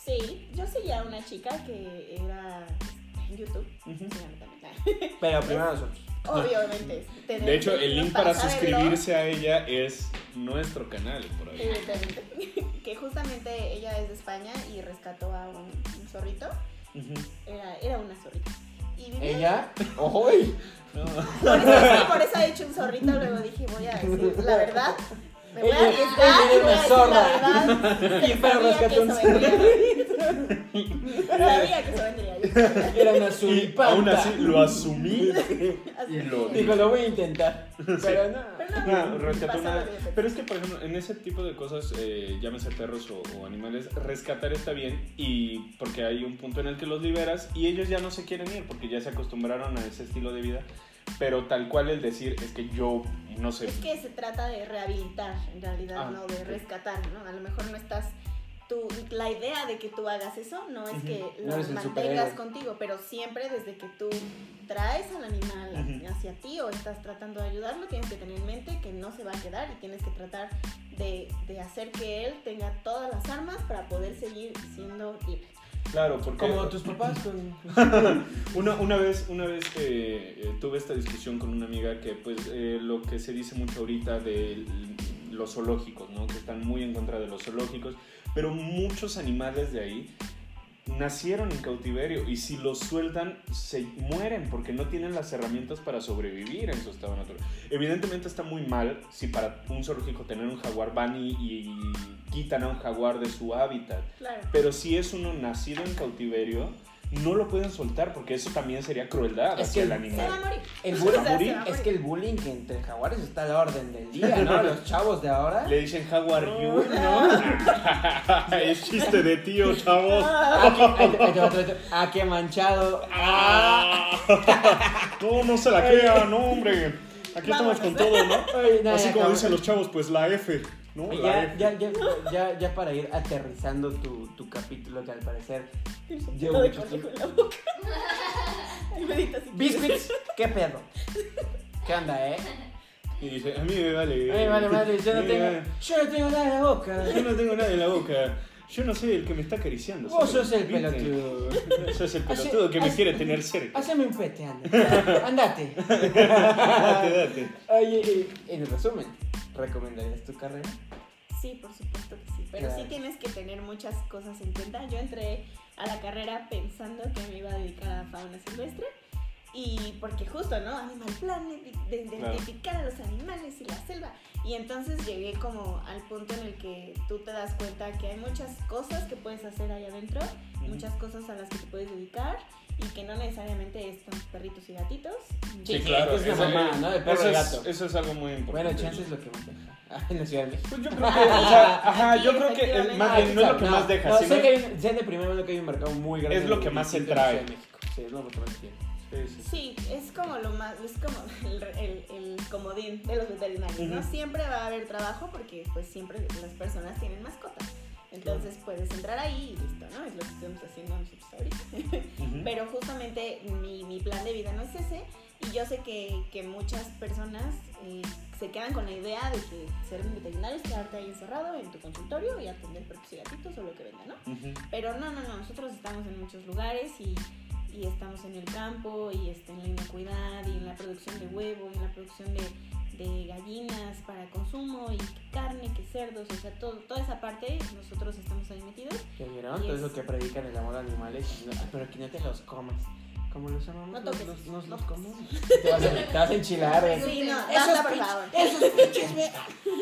Speaker 3: Sí, yo seguía a una chica que era
Speaker 1: <laughs>
Speaker 3: en YouTube.
Speaker 1: Ujú.
Speaker 3: se llama también.
Speaker 2: Pero primero nosotros.
Speaker 3: Obviamente. tener
Speaker 1: De hecho, el
Speaker 3: Facebook
Speaker 1: link para
Speaker 3: saberlo.
Speaker 1: suscribirse a ella es nuestro canal por ahí.
Speaker 3: Evidentemente. eh, <laughs> Que justamente ella es de España y rescató a un, un zorrito.
Speaker 1: Ujú.
Speaker 3: Era, era una zorrita. Y vivía
Speaker 2: Ella, hoy.
Speaker 1: No.
Speaker 3: Por
Speaker 2: <laughs>
Speaker 3: eso, por eso he hecho un zorrito, luego dije, voy a decir la verdad. Me voy a
Speaker 2: Ella-
Speaker 3: arriesgar,
Speaker 2: ella era
Speaker 3: y voy a
Speaker 2: una
Speaker 3: decir
Speaker 2: zorra.
Speaker 3: la
Speaker 2: <laughs>
Speaker 3: verdad.
Speaker 2: Y pero
Speaker 3: Sabía que
Speaker 2: rescató un
Speaker 3: eso vendría. Sabía que eso vendría. yo
Speaker 2: <laughs>
Speaker 3: sabía.
Speaker 2: Era una
Speaker 1: Y
Speaker 2: suripanta.
Speaker 1: aún así lo asumí.
Speaker 3: Así
Speaker 1: Y lo
Speaker 3: que-
Speaker 2: Digo, lo voy a intentar. Pero no.
Speaker 3: Pero
Speaker 1: No,
Speaker 3: no,
Speaker 1: rescató
Speaker 3: pasa
Speaker 1: una-
Speaker 3: la vida.
Speaker 1: Pero es que, por ejemplo, en ese tipo de cosas, eh, llámese perros o, o animales, rescatar está bien y porque hay un punto en el que los liberas y ellos ya no se quieren ir porque ya se acostumbraron a ese estilo de vida. Pero tal cual el decir es que yo no sé.
Speaker 3: Es que se trata de rehabilitar, en realidad,
Speaker 1: Ah,
Speaker 3: no de
Speaker 1: ok.
Speaker 3: rescatar, ¿no? A lo mejor no estás... tú- la idea de que tú hagas eso no es que
Speaker 2: Ujú. No
Speaker 3: lo
Speaker 2: eres el
Speaker 3: mantengas
Speaker 2: superhéroe.
Speaker 3: contigo, pero siempre desde que tú traes al animal
Speaker 1: Ujú.
Speaker 3: hacia ti o estás tratando de ayudarlo, tienes que tener en mente que no se va a quedar y tienes que tratar de, de hacer que él tenga todas las armas para poder seguir siendo libre.
Speaker 1: Claro, porque
Speaker 2: Como tus papás con.
Speaker 1: Una, una vez, una vez eh, eh, tuve esta discusión con una amiga que, pues, eh, lo que se dice mucho ahorita de l- los zoológicos, ¿no? Que están muy en contra de los zoológicos, pero muchos animales de ahí nacieron en cautiverio y si los sueltan se mueren porque no tienen las herramientas para sobrevivir en su estado natural. Evidentemente está muy mal si para un zoológico tener un jaguar van y- y quitan a un jaguar de su hábitat
Speaker 3: Claro.
Speaker 1: pero si es uno nacido en cautiverio, no lo pueden soltar porque eso también sería crueldad
Speaker 2: Es
Speaker 1: hacia
Speaker 2: que
Speaker 1: el
Speaker 3: Se va a
Speaker 1: animal.
Speaker 3: morir.
Speaker 2: El
Speaker 3: <laughs> O
Speaker 2: bullying,
Speaker 3: sea, se va a morir.
Speaker 2: es que el bullying que entre jaguares está a la orden del día, ¿no? Los chavos
Speaker 1: <laughs>
Speaker 2: de ahora.
Speaker 1: Le dicen how are you,
Speaker 2: <laughs>
Speaker 1: ¿no? es chiste de tío, chavos.
Speaker 2: Ah, qué- ahí te- ahí te va, ahí te va, ahí te va. Ah, qué manchado.
Speaker 1: Ah. No, no se la crea, no, hombre. Aquí estamos
Speaker 3: Vamos.
Speaker 1: con todo, ¿no?
Speaker 2: Ay, no,
Speaker 1: Así
Speaker 2: <laughs> ya
Speaker 1: como
Speaker 2: acabó.
Speaker 1: dicen los chavos, pues la F, ¿no? La
Speaker 2: Ya,
Speaker 1: F.
Speaker 2: ya, ya, ya, ya para ir aterrizando tu, tu capítulo que al parecer
Speaker 3: Yo
Speaker 2: llevo
Speaker 3: de
Speaker 2: mucho tiempo.
Speaker 3: conejo en la boca. <laughs> Ay, medita si
Speaker 2: Biscuits, qué pedo. ¿Qué onda, eh?
Speaker 1: Y dice, a mí me vale.
Speaker 2: Ay, vale, madre,
Speaker 1: <laughs>
Speaker 2: yo no
Speaker 1: Me
Speaker 2: tengo.
Speaker 1: vale.
Speaker 2: Yo no tengo nada en la boca.
Speaker 1: Yo no tengo nada en la boca. Yo no soy el que me está acariciando.
Speaker 2: Vos
Speaker 1: ¿sabes?
Speaker 2: sos el
Speaker 1: ¿Viste?
Speaker 2: pelotudo.
Speaker 1: Sos el pelotudo que me
Speaker 2: Hace-
Speaker 1: quiere tener cerca.
Speaker 2: Haceme un pete, anda. Andate.
Speaker 1: <laughs> Date, <laughs> date.
Speaker 2: Oye, eh, en resumen, ¿recomendarías tu carrera?
Speaker 3: quieres. Sí, por supuesto que sí. Pero
Speaker 2: Claro.
Speaker 3: sí tienes que tener muchas cosas en cuenta. Yo entré a la carrera pensando que me iba a dedicar a fauna silvestre. Y porque justo, ¿no? Animal Planet, de- de
Speaker 1: Claro.
Speaker 3: identificar a los animales y la selva. Y entonces llegué como al punto en el que tú te das cuenta que hay muchas cosas que puedes hacer ahí adentro, muchas cosas a las que te puedes dedicar y que no necesariamente están perritos y gatitos.
Speaker 2: Sí, claro, es la
Speaker 1: eso-
Speaker 2: mamá, ¿no? De perro
Speaker 1: eso
Speaker 2: y
Speaker 1: es-
Speaker 2: gato.
Speaker 1: Eso es algo muy importante.
Speaker 2: Bueno, chance es lo que más deja. Ah, en la Ciudad de México.
Speaker 1: Pues
Speaker 2: <laughs>
Speaker 1: yo creo que, o sea, ajá,
Speaker 3: Aquí,
Speaker 1: yo creo que eh, más
Speaker 2: Ah,
Speaker 1: bien no es lo que
Speaker 2: claro,
Speaker 1: más deja,
Speaker 2: No,
Speaker 1: sino-
Speaker 2: sé, que hay, un- sé de primera mano que hay un mercado muy grande.
Speaker 1: Es lo
Speaker 2: en-
Speaker 1: que
Speaker 2: en
Speaker 1: más se
Speaker 2: la Ciudad
Speaker 1: trae.
Speaker 2: de México. Sí, es lo que más se trae.
Speaker 1: Sí, sí, sí.
Speaker 3: Sí, es como lo más, es como <laughs> el, el- el comodín de los veterinarios, ¿no?
Speaker 1: Ujú.
Speaker 3: Siempre va a haber trabajo porque pues siempre las personas tienen mascotas. Entonces puedes entrar ahí y listo, ¿no? Es lo que estamos haciendo nosotros ahorita.
Speaker 1: Ujú.
Speaker 3: Pero justamente mi, mi plan de vida no es ese y yo sé que, que muchas personas eh, se quedan con la idea de que ser un veterinario es quedarte ahí encerrado en tu consultorio y atender perros y gatitos o lo que venga, ¿no?
Speaker 1: Ujú.
Speaker 3: Pero no, no, no, nosotros estamos en muchos lugares y, y estamos en el campo y este, en la inocuidad y en la producción de huevo y en la producción de, de gallinas para consumo y que carne, que cerdos, o sea, todo, toda esa parte nosotros estamos ahí metidos.
Speaker 2: ¿Ya vieron? Todo
Speaker 3: Yes.
Speaker 2: eso que predican el amor a animales. no- ah, pero que no te los comas. Como los amamos,
Speaker 3: No
Speaker 2: nos-
Speaker 3: toques,
Speaker 2: nos, nos
Speaker 3: no
Speaker 2: los
Speaker 3: toques.
Speaker 2: comemos. Te vas a, te vas a enchilar, ¿eh? güey.
Speaker 3: Sí, no,
Speaker 2: Esos
Speaker 3: basta, por
Speaker 2: pinches-
Speaker 3: favor.
Speaker 2: Esos pinches,
Speaker 3: <laughs>
Speaker 2: güey.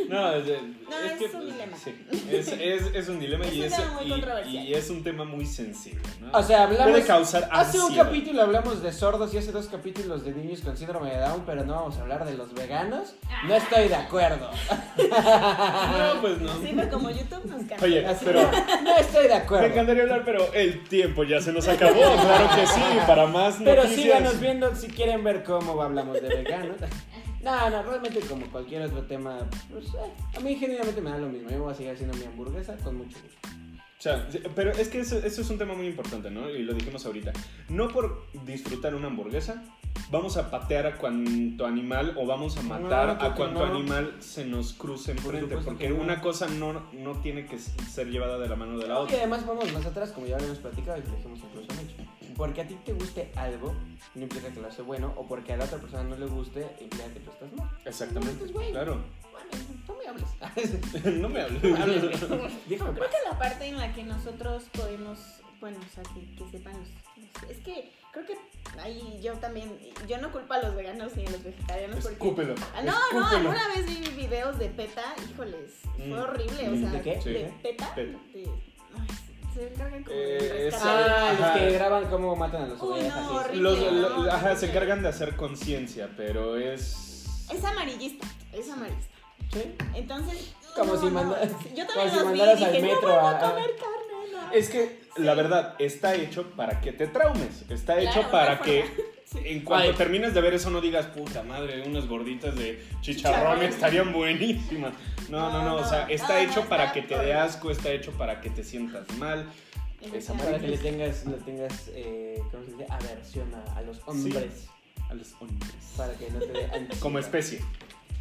Speaker 1: No, es, de-
Speaker 3: No, es un dilema.
Speaker 1: sí, es, es- es un dilema
Speaker 3: Es
Speaker 1: y,
Speaker 3: un
Speaker 1: es,
Speaker 3: tema muy
Speaker 1: y-
Speaker 3: controversial.
Speaker 1: y es un tema muy sensible. ¿no?
Speaker 2: O sea, hablamos.
Speaker 1: Puede causar
Speaker 2: Hace un
Speaker 1: ansiedad.
Speaker 2: capítulo hablamos de sordos y hace dos capítulos de niños con síndrome de Down, pero no vamos a hablar de los veganos. No
Speaker 3: Ah.
Speaker 2: estoy de acuerdo. <laughs>
Speaker 1: No, pues no.
Speaker 3: Sí, pero como YouTube nos canta.
Speaker 1: Oye,
Speaker 2: Así
Speaker 1: pero
Speaker 2: que no estoy de
Speaker 1: me
Speaker 2: acuerdo.
Speaker 1: encantaría hablar, pero el tiempo ya se nos
Speaker 2: <laughs>
Speaker 1: acabó. Claro que sí, para más
Speaker 2: Pero
Speaker 1: noticias.
Speaker 2: síganos viendo si quieren ver cómo hablamos de
Speaker 3: <laughs>
Speaker 2: veganos. No, no, realmente como cualquier otro tema, pues, eh, a mí genuinamente me da lo mismo. Yo voy a seguir haciendo mi hamburguesa con mucho gusto.
Speaker 1: O sea, sí, pero es que eso, eso es un tema muy importante, ¿no? Y lo dijimos ahorita. No por disfrutar una hamburguesa, vamos a patear a cuanto animal o vamos a
Speaker 2: No,
Speaker 1: matar
Speaker 2: creo
Speaker 1: a
Speaker 2: que
Speaker 1: cuanto
Speaker 2: no.
Speaker 1: animal se nos cruce enfrente.
Speaker 2: supuesto
Speaker 1: porque
Speaker 2: que no.
Speaker 1: una cosa no, no tiene que ser llevada de la mano de la
Speaker 2: Y
Speaker 1: otra.
Speaker 2: además vamos más atrás, como ya habíamos platicado y lo dijimos incluso mucho. Porque a ti te guste algo, no implica que lo hace bueno, o porque a la otra persona no le guste, implica que tú estás mal.
Speaker 1: Exactamente.
Speaker 2: Pues, güey.
Speaker 1: Claro. <laughs>
Speaker 2: Bueno, no me hables. <laughs>
Speaker 1: no me hables.
Speaker 2: Déjame
Speaker 3: Creo que la parte en la que nosotros podemos, bueno, o sea, que, que sepan los, los- Es que creo que ahí yo también, yo no culpo a los veganos ni a los vegetarianos porque...
Speaker 1: Escúpelo.
Speaker 3: Ah, no, no,
Speaker 1: escúpelo.
Speaker 3: alguna vez vi videos de PETA, híjoles,
Speaker 1: Mm.
Speaker 3: fue horrible,
Speaker 2: ¿De
Speaker 3: o sea,
Speaker 2: qué?
Speaker 1: Sí.
Speaker 3: de PETA,
Speaker 1: Peta.
Speaker 3: de- ay, se encargan como
Speaker 1: Eh,
Speaker 3: de rescatar.
Speaker 2: Ah,
Speaker 1: Ajá.
Speaker 2: los que graban cómo matan a los
Speaker 3: Uy,
Speaker 2: ovejas.
Speaker 3: no,
Speaker 2: y eso.
Speaker 3: horrible.
Speaker 1: Los,
Speaker 3: no,
Speaker 1: lo- ajá,
Speaker 3: no.
Speaker 1: se encargan de hacer conciencia, pero es...
Speaker 3: Es amarillista, es amarillista.
Speaker 2: Sí.
Speaker 3: Entonces,
Speaker 2: Como
Speaker 3: no,
Speaker 2: si
Speaker 3: no,
Speaker 2: manda-
Speaker 3: yo también
Speaker 2: como si
Speaker 3: los vi y
Speaker 2: mandaras al
Speaker 3: dije, no
Speaker 2: metro
Speaker 3: vuelvo
Speaker 2: a-
Speaker 3: a comer carne, no.
Speaker 1: Es que la verdad está hecho para que te traumes, está
Speaker 3: Claro,
Speaker 1: hecho
Speaker 3: no
Speaker 1: para
Speaker 3: fuera.
Speaker 1: que en cuanto
Speaker 2: Ay.
Speaker 1: termines de ver eso no digas, puta madre, unas gorditas de chicharrón
Speaker 3: Chicharrones.
Speaker 1: estarían buenísimas. No, no, no,
Speaker 3: No,
Speaker 1: o sea,
Speaker 3: no,
Speaker 1: está
Speaker 3: no,
Speaker 1: hecho
Speaker 3: no,
Speaker 1: para
Speaker 3: está
Speaker 1: que te
Speaker 3: por-
Speaker 1: dé asco, está hecho para que te sientas mal. es amarillo.
Speaker 2: Para que le tengas, le tengas eh, ¿cómo se dice? Aversión a, a los hombres.
Speaker 1: A los hombres.
Speaker 2: Para que
Speaker 1: <laughs>
Speaker 2: no te dé ansiedad.
Speaker 1: Como especie,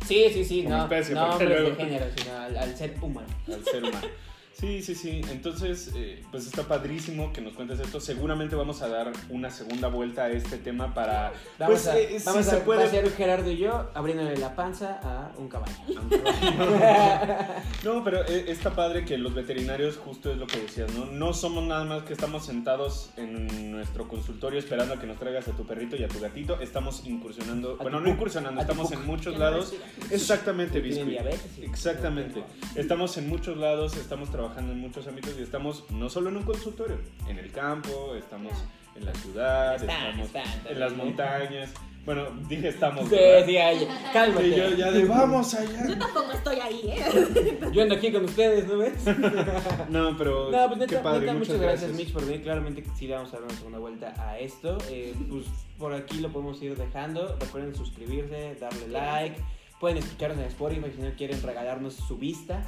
Speaker 2: Sí, sí, sí.
Speaker 1: Como
Speaker 2: no,
Speaker 1: especie,
Speaker 2: no
Speaker 1: porque
Speaker 2: hombres
Speaker 1: luego-
Speaker 2: de género, sino al, al ser humano.
Speaker 1: al ser humano. Sí, sí, sí. Entonces, eh, pues está padrísimo que nos cuentes esto. Seguramente vamos a dar una segunda vuelta a este tema para...
Speaker 2: Vamos
Speaker 1: Pues,
Speaker 2: a,
Speaker 1: eh, si
Speaker 2: vamos a,
Speaker 1: se puede-
Speaker 2: va a ser Gerardo y yo abriéndole la panza a un caballo. <laughs>
Speaker 1: Este No, pero eh, está padre que los veterinarios, justo es lo que decías, ¿no? No somos nada más que estamos sentados en nuestro consultorio esperando a que nos traigas a tu perrito y a tu gatito. Estamos incursionando,
Speaker 2: tu
Speaker 1: bueno, no
Speaker 2: puc,
Speaker 1: incursionando,
Speaker 2: a tu
Speaker 1: estamos
Speaker 2: puc.
Speaker 1: en muchos
Speaker 3: Que no
Speaker 1: lados.
Speaker 3: respira.
Speaker 1: Exactamente,
Speaker 2: Tienen
Speaker 1: Biscuit.
Speaker 2: diabetes. y-
Speaker 1: Exactamente. Estamos en muchos lados, estamos trabajando en muchos ámbitos y estamos no solo en un consultorio, en el campo, estamos en la ciudad,
Speaker 2: Están,
Speaker 1: estamos
Speaker 2: están,
Speaker 1: en las
Speaker 2: también.
Speaker 1: montañas. Bueno, dije estamos.
Speaker 2: <laughs> Sí,
Speaker 1: ¿verdad?
Speaker 2: sí, ay, cálmate.
Speaker 1: Sí, yo ya de vamos allá.
Speaker 3: Yo tampoco estoy ahí,
Speaker 1: <laughs>
Speaker 3: ¿eh? <laughs>
Speaker 2: Yo ando aquí con ustedes, ¿no ves?
Speaker 1: No, pero
Speaker 2: No, pues
Speaker 1: qué
Speaker 2: neta,
Speaker 1: padre,
Speaker 2: neta,
Speaker 1: muchas,
Speaker 2: muchas gracias,
Speaker 1: gracias.
Speaker 2: Mitch, por venir. Claramente que sí le vamos a dar una segunda vuelta a esto. Eh, pues por aquí lo podemos ir dejando. Recuerden suscribirse, darle like. Pueden escucharnos en Spotify si no quieren regalarnos su vista.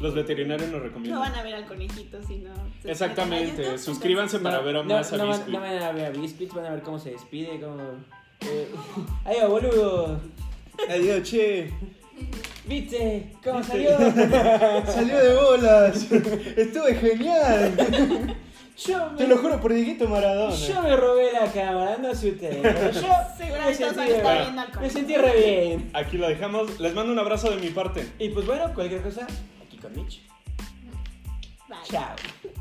Speaker 1: Los veterinarios nos
Speaker 3: No
Speaker 1: recomiendan.
Speaker 3: van a ver al conejito, sino.
Speaker 1: Exactamente, suscríbanse para
Speaker 2: No,
Speaker 1: ver a
Speaker 2: no,
Speaker 1: más
Speaker 2: no
Speaker 1: a
Speaker 2: van,
Speaker 1: Biscuit.
Speaker 2: no van a ver a Biscuits, van a ver cómo se despide, cómo... Eh, <laughs> ¡Ay, boludo!
Speaker 4: Adiós, che.
Speaker 2: ¡Viste! ¿Cómo
Speaker 4: ¿Viste?
Speaker 1: <laughs>
Speaker 2: salió?
Speaker 4: Salió de bolas. <laughs> Estuve genial.
Speaker 2: Yo me,
Speaker 4: Te lo juro por Dieguito Maradona.
Speaker 2: yo me robé la cámara, no sé ustedes, pero yo me
Speaker 3: Seguramente todos van a
Speaker 2: sentí,
Speaker 3: estar
Speaker 1: Bueno,
Speaker 3: viendo al
Speaker 2: me
Speaker 3: conejito.
Speaker 2: sentí re bien.
Speaker 1: Aquí lo dejamos. Les mando un abrazo de mi parte.
Speaker 2: Y pues bueno, cualquier cosa, aquí con Mitch.
Speaker 3: Bye.
Speaker 2: Chao.